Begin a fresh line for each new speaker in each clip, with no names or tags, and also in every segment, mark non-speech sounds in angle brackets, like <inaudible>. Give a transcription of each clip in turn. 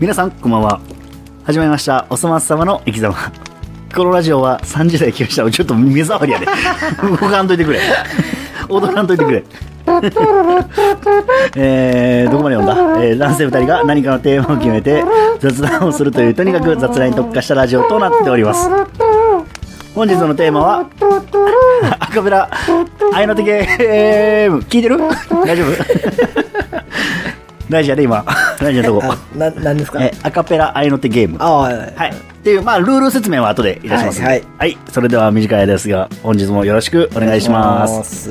皆さんこんばんは始まりましたおそ松様の生き様このラジオは30代来ましたちょっと目障りやで動かんといてくれ踊らんといてくれえー、どこまで読んだ、えー、男性2人が何かのテーマを決めて雑談をするというとにかく雑談に特化したラジオとなっております本日のテーマはアカペラ愛の手ゲーム聞いてる大丈夫大事やで今大事なとこ
あななんですか
えアカペラ愛の手ゲーム
あはいはい
はい。っていう、まあ、ルール説明は後でいたします。
はい
はい。それでは短いですが、本日もよろしくお願いします。
す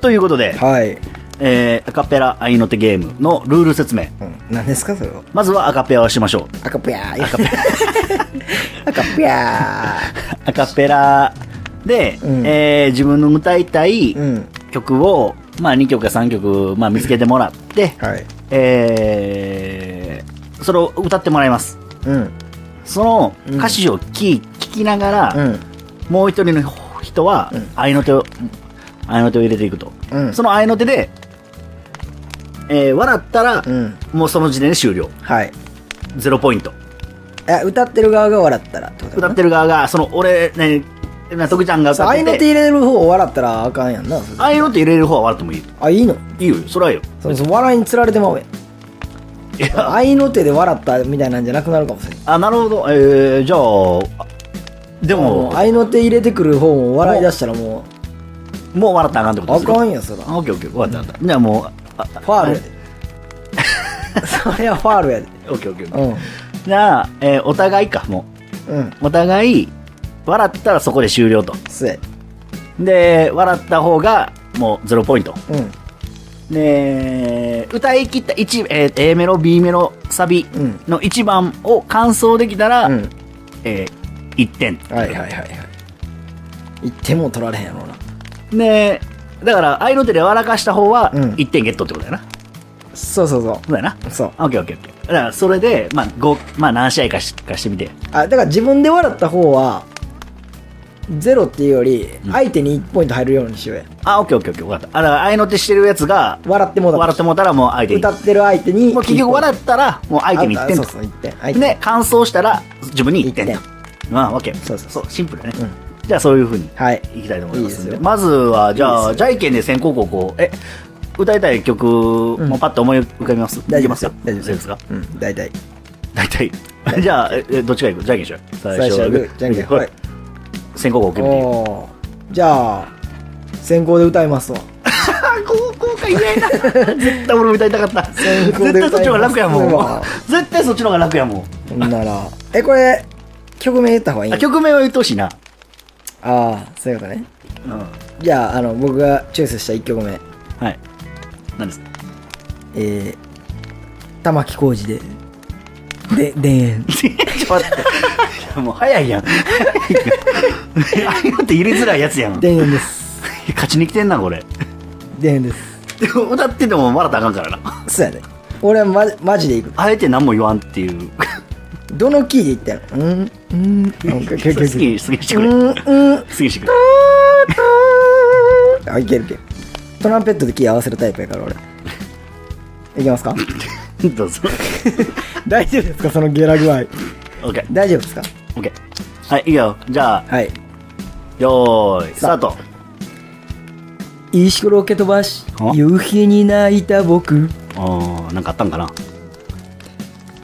ということで、
はい、
えー、アカペラ愛の手ゲームのルール説明。
うん、何ですかそれは
まずはアカペラをしましょう。
アカペアアカペアアカペア
アカペラで、
うん
えー自分の歌いたい
うん
曲を、まあ、2曲か3曲、まあ、見つけてもらって、
はい
えー、それを歌ってもらいます。
うん
その
うん
歌詞を聞き聞きながら、
うん
もう一人の人は
うん
愛の手を、愛の手を入れていくと。
うん
その愛の手で、えー笑ったら、
うん
もうその時点で終了。
はい
ゼロポイント。
え歌ってる側が笑ったらってことだ
歌
な
ってる側が、その俺、ね、な徳ちゃんが
そう
歌
合い
っ
の
て
手
て、
入れる方を笑ったらあかんやんなそれ
愛の手入れる方は笑ってもいい。
あいいの
いいよ、それはいいよ。
そうそう笑いにつられてまうやん
いや、
合いの手で笑ったみたいなんじゃなくなるかもしれん
あ、なるほど。えー、じゃあ、で
も
も
う、合いの手入れてくる方も笑い出したらも
もう笑ったらあかんってこと
うあ
ですよ
かんやんそら
あオッケーオッケー、わかったわかった。じゃあもう、あ
ファールやで <laughs> それはファールやで
オッケーオッケーオッケー。
う
じゃあ、えーお互いか、も
んうん
う。お互い、笑ったらそこで終了と。
そうや
で、笑った方が、もうゼロポイント。
うん
で、歌い切った1、えー A メロ、B メロ、サビ
うん
の1番を完走できたら、
うん
え1点。
はいはいはいはい一点も取られへんやろうな
で、だから、愛の手で笑かした方は、
うん
1点ゲットってことだよな。
そうそうそ
そうだよな。
うそう
オッケーオッケーオッケー。だから、それで、まあ、ごまあ、何試合かしかしてみて。
あだから自分で笑った方はゼロっていうより相手に1ポイント入るようにしようや
あ、オッケーオッケーオッケー。分かった。あだから、愛の手してるやつが、
笑ってもうた
笑ってもうたらもう相手に。
歌ってる相手に
もう結局笑ったら、もう相手に1点
そう
と。
そう一点相手に
で、完走したら、自分に1点と
一。
まあ、オッケー。
そうそう
そう、シンプルだね。
うん
じゃあ、そういうふうに。
はい
いきたいと思いますんで
いいですよ
まずはじゃ
い
あ
いですよ
じゃいけんで先行高校え歌いたい曲
うん
もパッと思い浮かびます、
大
い
丈
け
夫
まか
ですすよ大丈夫
そうですか
うん大体
大体 <laughs> じゃあええどっちがいくじゃいけんしよう最
最初はグーじゃんけん
ほ
は
ら
い
先行高校決めていい
おーじゃあ先行で歌いますわ
あー高校か言え
<laughs>
ない絶対俺歌いたかった
先
絶
行で歌います
対そっちの方が楽やも
うん
絶対そっちの方が楽やもん
ほんならえこれ曲名言った方がいい
あ曲名は言ってほしいな
ああそういうことね
うん
じゃああの僕がチョイスした1曲目
はい何ですか
えー、玉置浩二で、で、田 <laughs> 園。
ちょっと待って。もう早いやん。ああいうのって入れづらいやつやん。
田園です。
勝ちに来てんな、これ。
田園です。
でも歌ってても笑ったらあかんからな。
そうやね。俺はマジマジでいく。
あえて何も言わんっていう。
どのキーでいったのうん、うん、なんか、
好き、好きにして
う
くれ。好
ん、うん、
きにしてくれ。
あ、いけるいける。トランペットでキー合わせるタイプやから、俺。いきますか
どうぞ。
<laughs> 大丈夫ですかそのゲラ具合。
オッケー、
大丈夫ですか
オッケー。はい、いいよ。じゃあ、
はい。
よーい、スタート。
石ころけ飛ばし
あ、
夕日に泣いた僕。
おー、なんかあったんかな。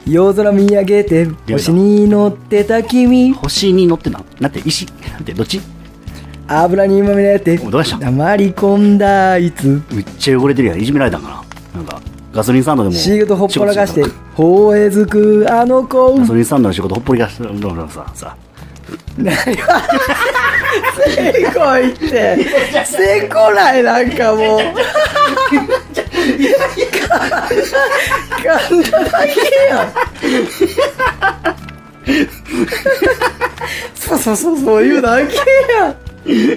夜空見上げて、
た
星に乗ってた君。
星に乗ってな。なんて、石、なんて、どっち
油にまみれて
おどうした
黙り込んだあいつ
めっちゃ汚れてるやん。いじめられたんかな。なんか、ガソリンスタンドでも。
仕事ほっぽらかして
仕事
ほえづくあの子
ガソリンスタンドの仕事ほっぽりかして、どうぞさ、さ。
せ <laughs> こいってせこないなんかもう噛んだだけやん
<laughs>
そうそうそうそう言うだけやん
<laughs> い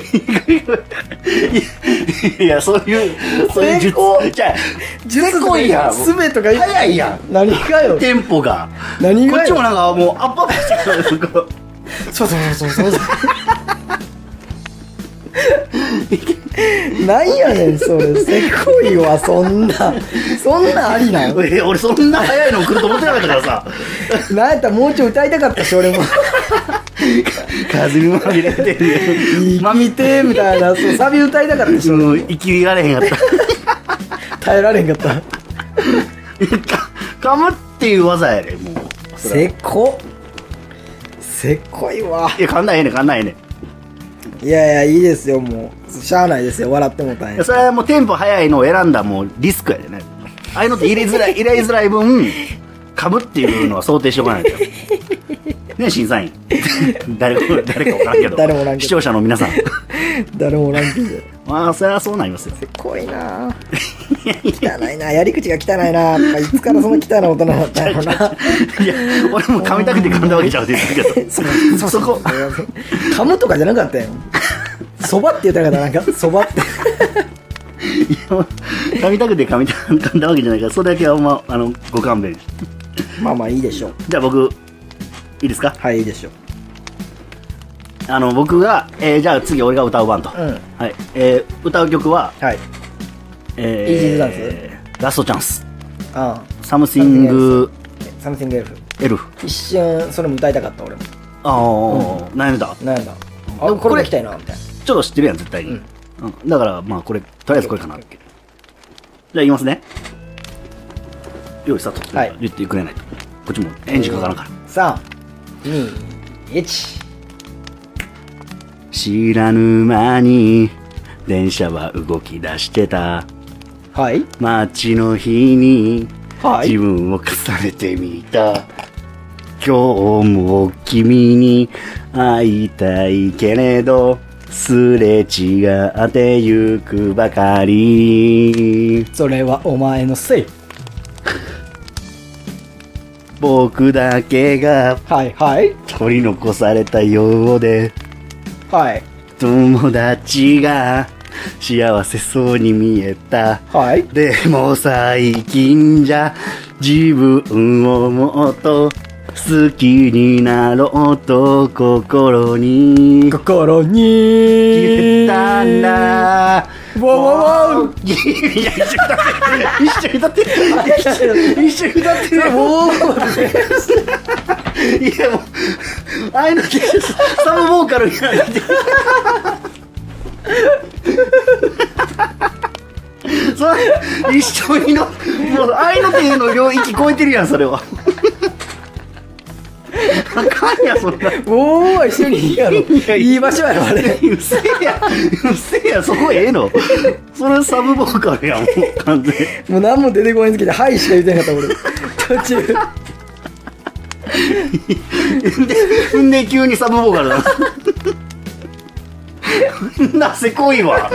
や、そういう、そういう術
成功。
じゃあ、
術
せこいやん
すべとか
早いやん。
何かよ
テンポが。
何
こ
が
っち
よ
もなんかもうアップアップしてくる。
そうそうそうそうそうなんやねんそれせこいわそんなそんなんありなん
え俺そんな早いの来ると思ってなかったからさ
なんやったらもうちょい歌いたかったし俺も
風にまみれてる
「
ま
ま
み
みて」みたいなそうサビ歌いたかったし
<laughs> その生きられへんかった <laughs>
耐えられんかっ
か
た
かむっていう技やでもうそれ
せこせこいわ
いやかんないええねんかんないええね
いやいやいいですよもうしゃあないですよ笑ってもた
ん
ん
い
や
やそれはもうテンポ早いのを選んだもうリスクやでねああいうのって入れづ
<laughs>
らい入れづらい分かぶっていうのは想定しておかないとね審査員 <laughs> 誰か誰か分からんけど
誰もおらんけど
視聴者の皆さん
誰もおらんけど
まあそれはそうなりますよ
せこいなあ汚いなやり口が汚いなあいつからその汚い大人になったんやろ <laughs> ない
や俺も噛みたくて噛んだわけじゃんって言
<laughs>
ってるけどそこ
噛むとかじゃなかったよそばって言ったからなんかそばって
いや噛みたくて噛みた噛んだわけじゃないからそれだけはほんまあのご勘弁
まあまあいいでしょう
じゃあ僕いいですか
はいいいでしょう
あの僕が、えーじゃあ次俺が歌う番と、
ん
はいえー歌う曲は、
はい
え
イージーズダン
ラストチャンス
あ
サムシング
あサムシングエルフ
エルフ
一瞬それも歌いたかった俺も
ああ、悩んでた
なんだ
で
あ
もこ
これ
れ
が来たいなみたい
ちょっと知ってるやん絶対に、
うん
うんだからまあこれとりあえずこれかなってじゃあ言いますね用意スタート、
はい
言ってくれないとこっちもエンジンかからんから、
な321
知らぬ間に電車は動き出してた
はい
街の日に
はい
自分を重ねてみた、今日も君に会いたいけれどすれ違ってゆくばかり
それはお前のせい
僕だけが
はいはい
取り残されたようで
はい
友達が幸せそうに見えた
はい
でも最近じゃ自分をもっと好きになろうと心に
心に
言ったんだ
わわわ
<laughs> いやいや一緒に歌ってる一緒に歌 <laughs> ってる一緒に歌ってる
お
いやもうああいうのってサブボーカルになってそれ一緒にのもうああいうのっていうの領域超えてるやんそれはあかんやそんな
おお一緒にいいやろ
や
いい場所やろあ
<laughs>
れ
うせえやうせえやそこええのそれサブボーカルやんもう完全に
もう何も出てこないんですけど「はい」しか言ってなかった俺途中
で、んで急にサブボーカルだな。なせこいわ。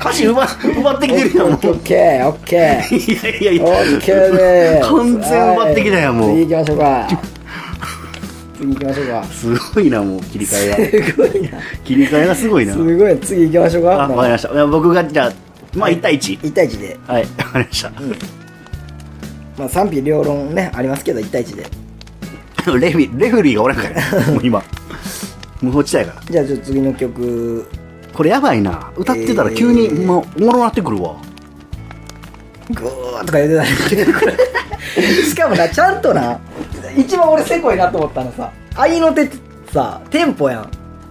歌詞奪奪ってきてるやん、
オ
も
ッケーオ
う
ッ。ケーオッケー
いやいやいや。
オッケーでーす
完全奪ってきたやん、も
はい次
う。
行きましょうか次行きましょうか
すごいな、もう、切り替え
すごい
が。
な
切り替えがすごいな。
すごい次行きましょうか
あ、わかりましたいや。僕が、じゃあ、まあ、1対1。
1対1で、
はい、わかりました。
まあ、賛否両論ねありますけど1対1で
レフィレフェリーがおらんから、もう今。無法地帯やから。
じゃあちょっと次の曲
これやばいな。歌ってたら急に、
えー
もう、おもろなってくるわ。
グーとか言ってたんだけどこれしかもなちゃんとな一番俺せこいなと思ったのさ愛の手ってさテンポやん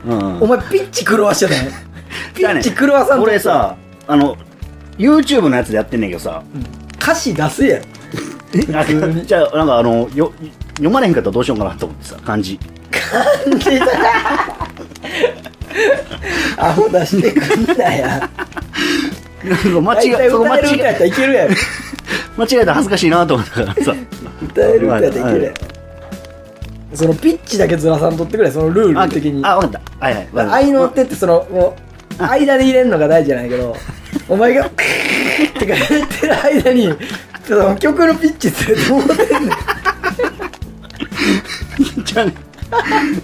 うん
お前ピッチ狂わしてたやんピッチ狂わさんと
俺さあの YouTube のやつでやってんねんけどさ
歌詞出せやん
あじゃあなんかあのよ読まれへんかったらどうしようかなと思ってさ漢字 <laughs>
アホ出してくんなや
なんか間
大
違
体
えそこ
歌
間
える歌
違
やっ
え
たらいけるやん
間違えたら恥ずかしいなと思ったからさ
歌える歌やったらいけるやんそのピッチだけずらさんとってくれそのルー
あ
ル的に
あ分かったはいはいわかった
愛の手ってそのもう間で入れるのが大事じゃないけどお前が「クーってか言ってる間にその曲のピッチずれて思ってんね
<laughs>
ん
じゃあ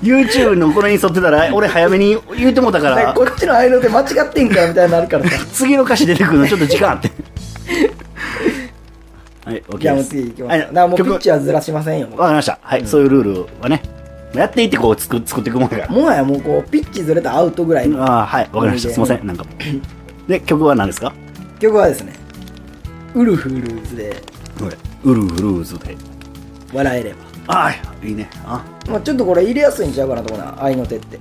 YouTube のこれに沿ってたら俺早めに言うてもうたか
なんからこっちの愛の手間違ってんからみたいになるからさ
次の歌詞出てくるのちょっと時間あって
<laughs>
はい OK です
じゃあもう次いきます、
はい
だからもうピ
曲
ッチはずらしませんよもう
わかりました。はい、そういうルールはね、やっていってこう作作っていくもんやから
もはやもうこうピッチずれたアウトぐらいの
ああはいわかりましたすいませんなんかで曲は何ですか
曲はですねウルフルーズで
ウルフルーズで
笑えれば、
ああいいねあ
まあ、ちょっとこれ入れやすいんちゃうかなと思うな愛の手って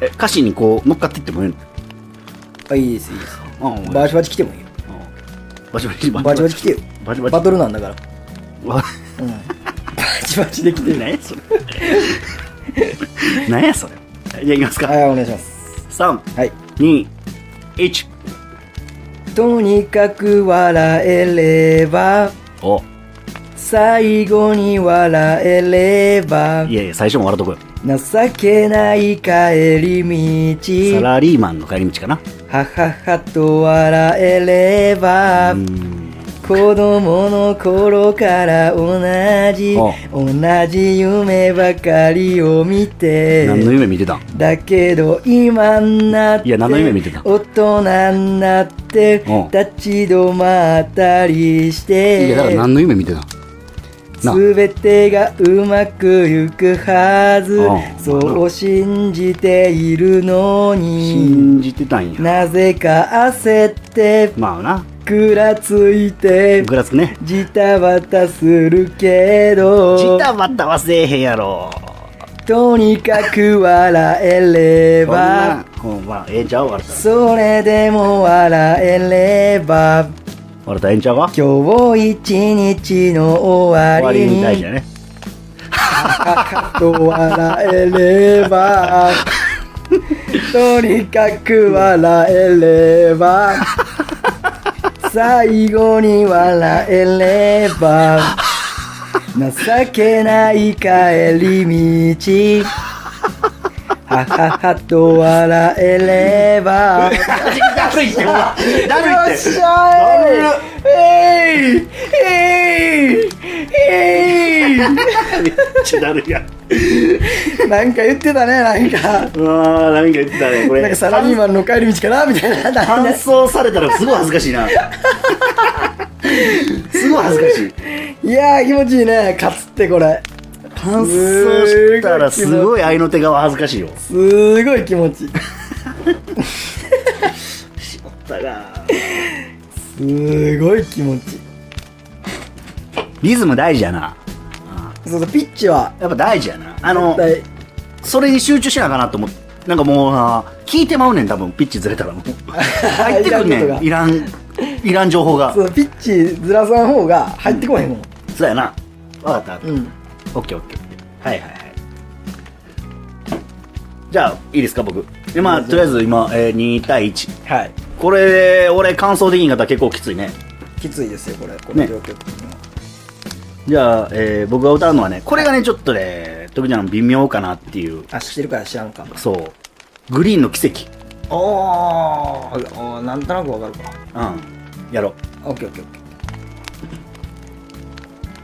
え歌詞にこう乗っかっていってもいいの
あいいですいいです
ああ
バチバチ来てもいいよ
バチバチ
バチバチ来てよ
バチバチ
バトルなんだから、
わ <laughs>
うん、バチバチできてる
何やそれ何やそれじゃあいきます
は
か
いお願いしますはい
321
とにかく笑えれば
お
最後に笑えれば
いやいや最初も笑っとこよ
情けない帰り
サ
道
ラリーマンの帰り道かな
はははと笑えれば、
うーん
子供の頃から同じ
あ
同じ夢ばかりを見て
何の夢見てたん
だけど今になって
いや何の夢見てた
大人になって
うん
立ち止まったりし
い
て
やだから何の夢見てたんな
全てがうまくいくはず
うん
そう信じているのに
信じてたんや
なぜか焦って
まあな
ぐらついて
グラスね
ジタバタするけど
ジタバタはせえへんやろ
とにかく笑えれ
ほんま
ば
ほんまええんちゃう笑った
それでも笑えれば
笑ったらええんちゃうわ
今日一日の終
終
わ
わ
り
り
に
に大事だね
かかと笑えればとにかく笑えれば最後に笑えれば情けない帰り道はははと笑えれば
だるいってだ
よっしゃーえいえいえい
めっちゃだるいやん
なんか言ってたねなんか
うわーなんか言ってたねこれ
なんかサラリーマンの帰り道かなみたいな。
搬送されたらすごい恥ずかしいなすごい恥ずかしい
いやー気持ちいいね。勝つってこれ。
搬送したらすごい愛の手が恥ずかしいよ
すごい気持ちいい。
しまったな
すごい気持ちいい。
リズム大事やな
そうそう、ピッチは、
やっぱ大事やなあ
絶
の
対、
それに集中しなあかんなと思ってなんかもうな聞いてまうねん多分ピッチずれたらもう入ってくんねんい
い
らんいらん情報が
そうピッチずらさん方が入ってこへんもん。
そうやなわかった、
うん。
オッケーオッケーはいはいはいじゃあいいですか僕でまあとりあえず今、えー2対1
はい。
これ俺感想できんかったら結構きついね
きついですよ、これ。この
ね
状況っていうのは
じゃあ、えー僕が歌うのはねこれがねちょっとね特にあの微妙かなっていう
あ、知ってるから知らんか。
そうグリーンの奇跡
おー、おーなんとなくわかるか。
うんやろう
オッケーオッケーオッケ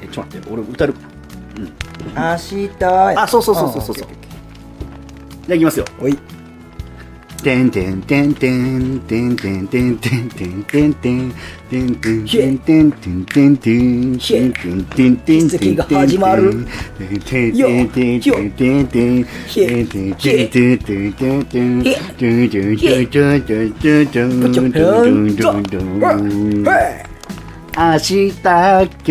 ー。
えちょっと待って俺歌えるかな
明日や
あそうそうそうそうそうそう
あオッケーオッ
じゃあいき
ケーオッケ
ますよ
ーおい。
てんてんてんてんてんてんてんてんてんてんてんてんてんてんてんてんてんてんてんてんてんてんてんてんてんてんてんてんてん
はい。
明日今日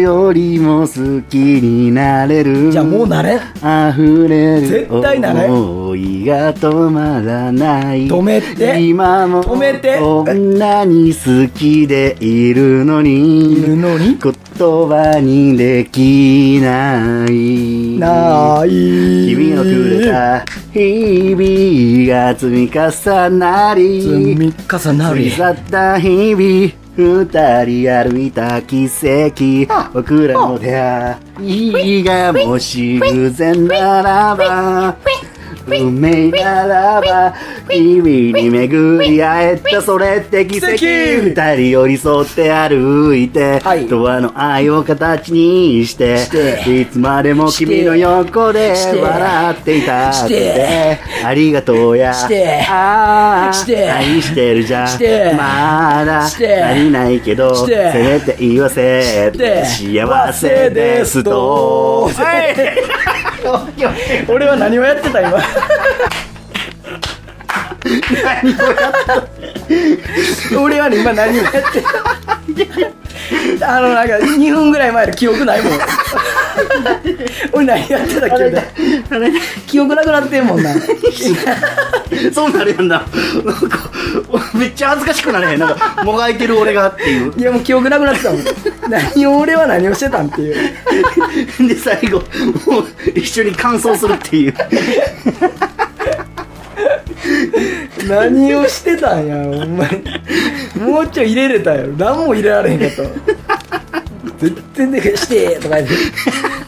よりも好きになれる
じゃあもうなれん
溢れる
絶対なれ
思いが止まらない
止めて
今も
止めて
こんなに好きでいるのに
いるの
言
に
葉にできない
ない
君のくれた日々が積み重なり
積み重な
過
る
ぎ去った日々二人歩いた奇跡僕らの出会いがもし偶然ならば運命ならば君に巡り会えたそれって奇跡
奇跡
二人寄り添って歩いて
はい
永遠の愛を形にして
して
いつまでも君の横で
して
笑っていたく
して
てありがとうや
して
ああ
して
愛してるじゃん
して
まだ
して
足りないけど
し
せ
て
めて言わせ
して
幸せですと
幸せです
は
と
い
俺は何をやってた今俺はね今何をやってたあのなんか2分ぐらい前の記憶 <laughs> ないもん俺何やってたっけみたいな記憶なくなってんもんな
そうなるやんななんかめっちゃ恥ずかしくなれへんなんかもがいてる俺がっていう <laughs>
いやもう記憶なくなってたもん <laughs> 何を俺は何をしてたんっていう
で最後もう一緒に乾燥するっていう
何をしてたんやほんまにもうちょい入れれたやろ何も入れられへんかったわ絶対でかいしてとか言って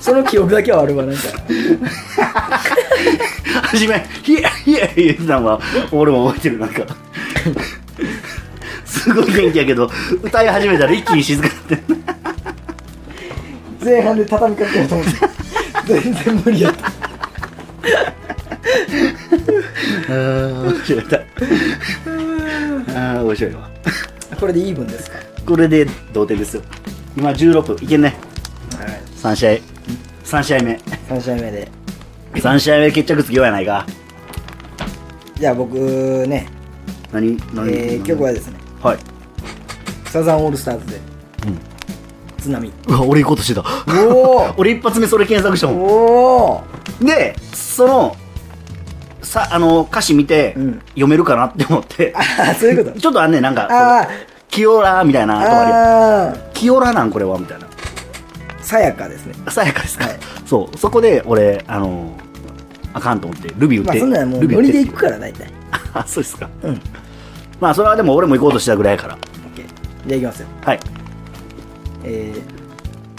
その記憶だけはあるわなんか
初め「ヒエヒエ」言ってたのは俺も覚えてるなんかすごい元気やけど歌い始めたら一気に静かになって
前半で畳みかけようと思って全然無理やった
<laughs> 面白い歌ああ面白いわ
これでイーブンですか
これで同点ですよ今16分いけんね
はい
3試合3試合 <laughs> 目
3試合目で
3試合目決着つけようやないか
じゃあ僕ね、
何何、
えー、曲はですね
はい
サザンオールスターズで
うん
「津波
うわ俺行こうとして
<laughs>
た」
お
俺一発目それ検索した
お
も
おお
んでそのさあの歌詞見て、
うん
読めるかなって思って
あ <laughs> そういうこと
ちょっとあんねなんか
あ
こうキオラーみたいなとこあるやん
ああ
キオラなんこれはみたいな
さやかですね
さやかですか、
はい
そうそこで俺あのあかんと思ってルビー打っ
まあ
て、
そんなのもう
ルビー
ノ
打っ
リ
て
で行くから大体
<laughs> あそうですか
うんオッ
まあそれはでも俺も行こうとしたぐらいやから
ケーじゃあいきますよ
はい <laughs>
え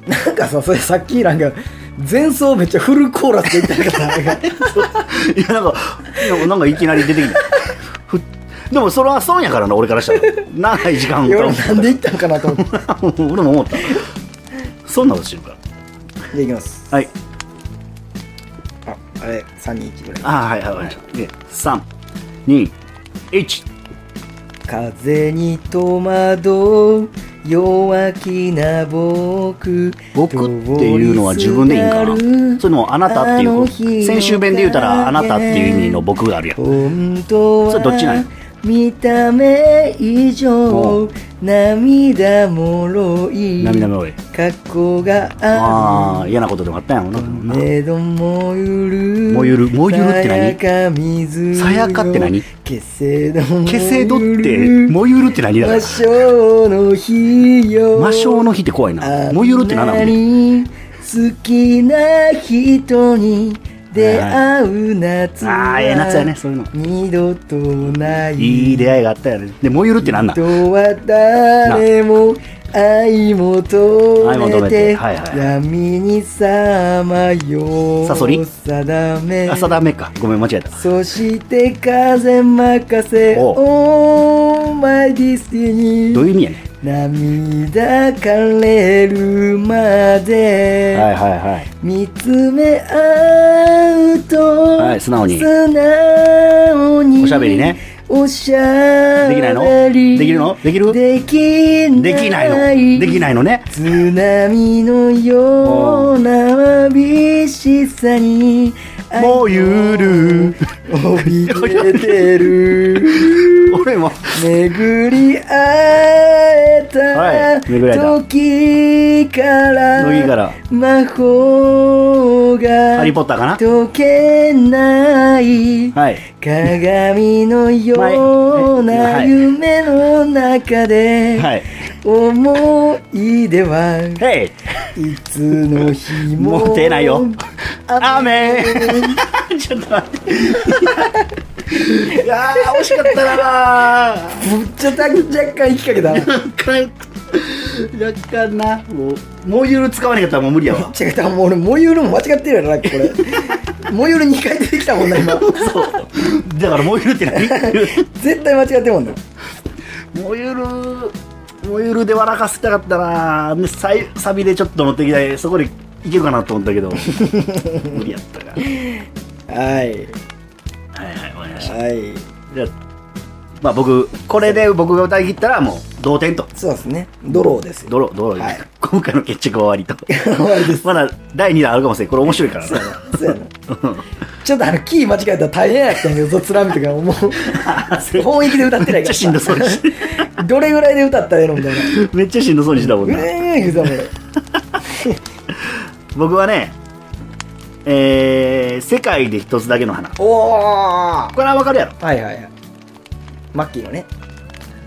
ー、なんかさそれさっきなんか前奏めっちゃフルコーラスで言ったからなん
<laughs>
か
いやなんかなんかなんかいきなり出てきたふでもそれは損やからな俺からしたら長い時間
いや俺なんで言ったんかなと思ってじゃ
<laughs> 俺も思ったそんなことしてるから
あいきます
はい
ああれ321ぐらい
あはいはいはい321
風に戸惑う弱気な僕
僕っていうのは自分でいいんかな
通りすがる
それもあなたってい
あの
う
日の
先週弁で言うたらあなたっていう意味の僕があるやん
本当は
それどっちなんや
見た目以
お
上涙もろい
涙の上
過去が
あ
あ
あ
る
嫌なことでもあったんやろうなでもな
けどもゆる
もゆるもゆるって何
さやか水よ
さやかって何
結成度もゆる
ケセドってもゆるって何だか
魔
ら
性の日よ
魔性の日って怖いなもゆるって何な
あん
の
に好きな人に出会う夏は
あーええ夏やねそういうの
二度とない
いい出会いがあったやねでもゆるってなんなん
人は誰も愛求
愛求め
め
て
て
はいはい
闇にさまよう
サソリ
定め
朝ダメかごめん間違えた
そして風任せ
お
Oh my
どう
destiny
いう意味やね
涙枯れるまで、
はいはいはい
見つめ合うと、
はい素直に
素直に
おしゃべりね
おしゃべ
でき
り
ないのできるのできる
できない
できないのできないのね
津波のようなびしさに
もうゆる
怯えてる
<laughs> 俺も
巡り会え
は
た
い巡り会えた
時から
時から
魔法
「ハ
が
リー・ポッター」かな
解けない
はい
鏡のよう
はいは
ない夢の中で
はい
思い出は
「ヘイ!」
いつの日も
もう出ないよ雨 <laughs> ちょっと待っていやー惜しかったなー
ぶっちゃた若干引っ掛け
<laughs>
たな
若干若干なもうもうゆる使わなかったらもう無理やわ
違う、多分俺、モユルも間違ってるやろな、こ
<laughs>
れ。モユル2回出てきたもんな、今。
そうだからもうゆるって何
<laughs> 絶対間違ってるもんな。
もうゆるもうゆるで笑かせたかったなでサイサビでちょっと持ってきたいそこでいけるかなと思ったけど無理やったから
はい。
はいはいわかりました
はい。
じゃあまあ僕、これで僕が歌い切ったらもう同点と。
そうですね。ドローですよ。
ドロー、ドロー、
はい
今回の決着は終わりと。 <laughs>
<laughs> 終わりです。
まだ第2弾あるかもしれない。これ面白いから
そう
な。
やな。そうやな。ちょっとあの、キー間違えたら大変やったんやけど、ゾツラミとか
<laughs>
もう、本域で歌ってない
めっ
からさ。
ちゃしんどそうにし
<laughs> どれぐらいで歌ったらええのみたいな。
<laughs> めっちゃしんどそうにしたもんな。
ええ言うたもん俺
僕はね、えー、世界で一つだけの花。こ
おー
れはわかるやろ。
はいはいはい。マッキーのね。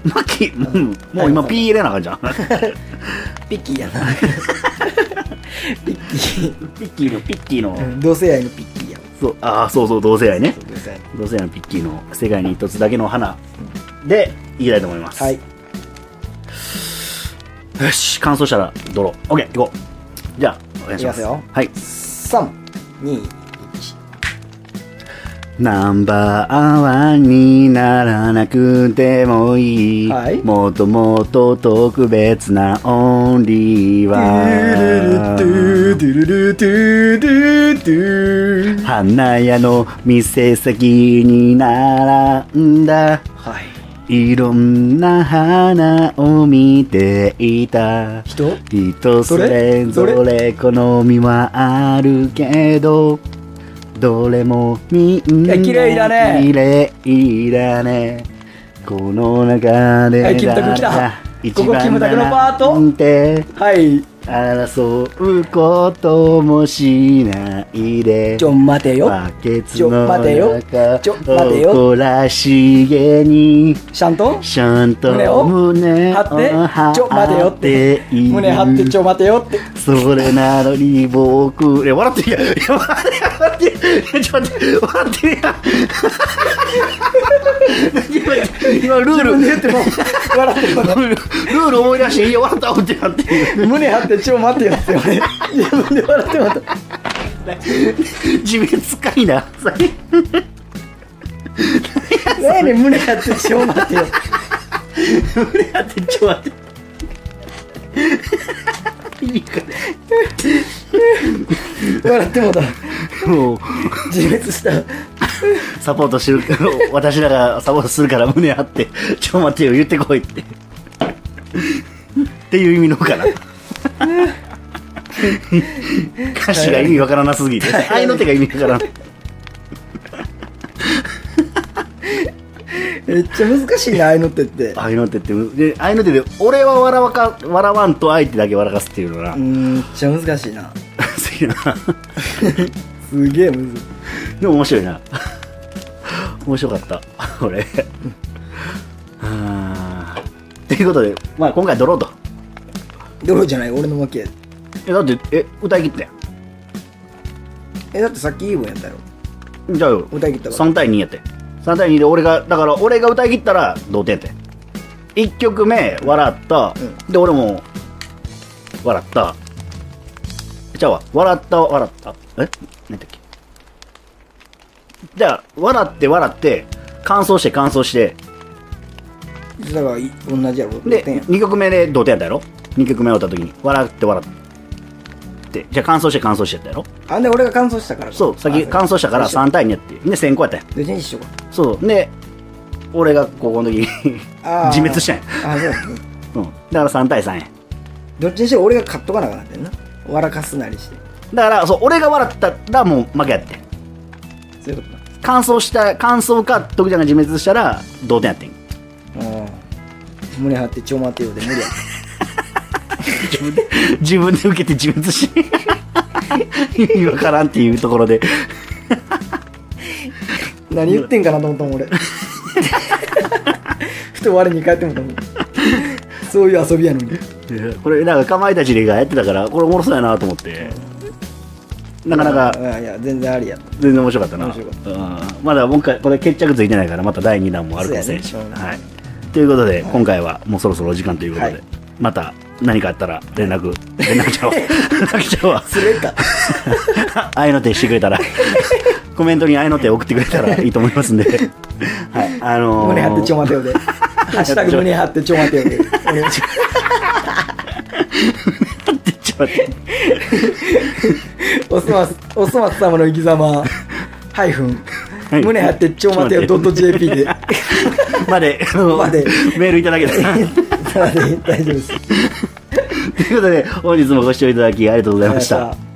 マッキー、もうもう今 P 入れなあかんじゃん。
ピッキーやな。
<laughs>
ピッキ
ピッキーの、ピッキーの、
ー。同性愛のピッキーや。
そう、ああ、そうそう、同性愛ね。
同性愛の
同性愛のピッキーの世界に一つだけの花で、いきたいと思います。
はい。
よし、乾燥したらドロー。オッケー、行こう。じゃあ、お願いします。
いきますよ
はい。
3、2、
ナンバーワンにならなくてもいい。
はい
もっともっと特別なオンリーは。
は
花屋の店先に並んだ
い
いろんな花を見ていた
人
人それぞ
ど
れ好みはあるけどどれもみんない
や綺麗だね
綺麗だねこの中で
はいキムタク来た
誰が一
ここキ
番
ムタクのパート
なんて
はい
争うこともしないで
ちょ待てよ
バケツ
ちょ
の
待てよ
中
ちょ待てよ
誇らしげに
ちゃんと
ちゃんと
胸を
胸を
張ってちょ待てよって
張いる
胸張ってちょ待てよって
それなのに僕え笑ってるやんいや笑ってるやんちょっと待って笑ってるやん今今ルール
自分で言っても笑ってる
ルールルール思い出していや笑った思ってなって
胸張ってちょ待てよって俺自分で笑ってもらった
自分使いなさ
何やねん胸張ってちょ待てよ
胸張ってちょ待っていいか
笑ってもらった
もう
自滅した
サポートしてるけど私らがサポートするから胸張って <laughs> 「ちょ待ってよ言ってこい」って <laughs> っていう意味のか
<laughs>
な歌詞が意味わからなすぎて愛の手が意味わからない
めっちゃ難しいなああいうのってって
愛の手ってで愛の手で俺は笑わか笑わんと相手だけ笑かすっていうのが
うーんめっちゃ難しいな
好きな
すげえむずい
でも面白いな面白かった俺あーということで、まあ、今回ドローと
ドローじゃない俺の負け
えだってえ歌い切ったやん
えだってさっきイーブンやったやろ
じゃあよ
歌い切ったから
3対2やって3対2で俺がだから俺が歌い切ったら同点やって1曲目笑った、
う
で俺も笑ったじゃあわ笑った笑ったえ何だっけじゃあ笑って笑って乾燥して乾燥して
だからい同じやろ
で
六点や
2曲目で同点やったやろ2曲目を歌った時に笑って笑ってじゃあ乾燥して乾燥してやったやろ
あんで俺が乾燥したからか
そう先
あ
乾燥したから3対2やってで先行やったやん
でチェンジしようか
そうで俺が高校の時に
あー
<laughs> 自滅したんや、
あそうやね <laughs>
うん、だから3対3や
どっちにしろ俺が買っとかなくなってんな笑かすなりして
だからそう俺が笑ったらもう負けやってん
そういうこ
完走した完走か徳ちゃんが自滅したら同点やってん <laughs>
となうん胸張ってちょ待てよで無
<laughs>
理や
自分で受けて自滅し <laughs> 意味わからんっていうところで
何言ってんかなと思った
<laughs>
もん俺ふと我に返ってもうたもんそういう遊びやのに
でこれなんかかまいたちがやってたからこれおもろそうやなと思ってなかなか
うんいや全然ありや
全然面白かったな
面白か
うん、まだ今回これ決着ついてないからまた第2弾もあるかもしれないし、
そうやねうん
はい、ということで、今回はもうそろそろお時間ということで、
はい
また何かあったら連絡連絡
<laughs>
帳連絡帳は
すれた
愛の手してくれたらコメントに愛の手送ってくれたらいいと思いますんで、はい、あのー
胸張ってちょ
<laughs>
待てよでハッシュタグ胸張ってちょ待てよでお願いしま
待
す
ってちょ待って
おすますおすます様の生き様ハイフン
い
<laughs> 胸張ってちょ待てよ .jp で
<laughs> まで、あの
まで
メールいただけた
<laughs>
ら。
なので大丈夫です。
ということで、本日もご視聴いただきありがとうございました。
ありがとうございました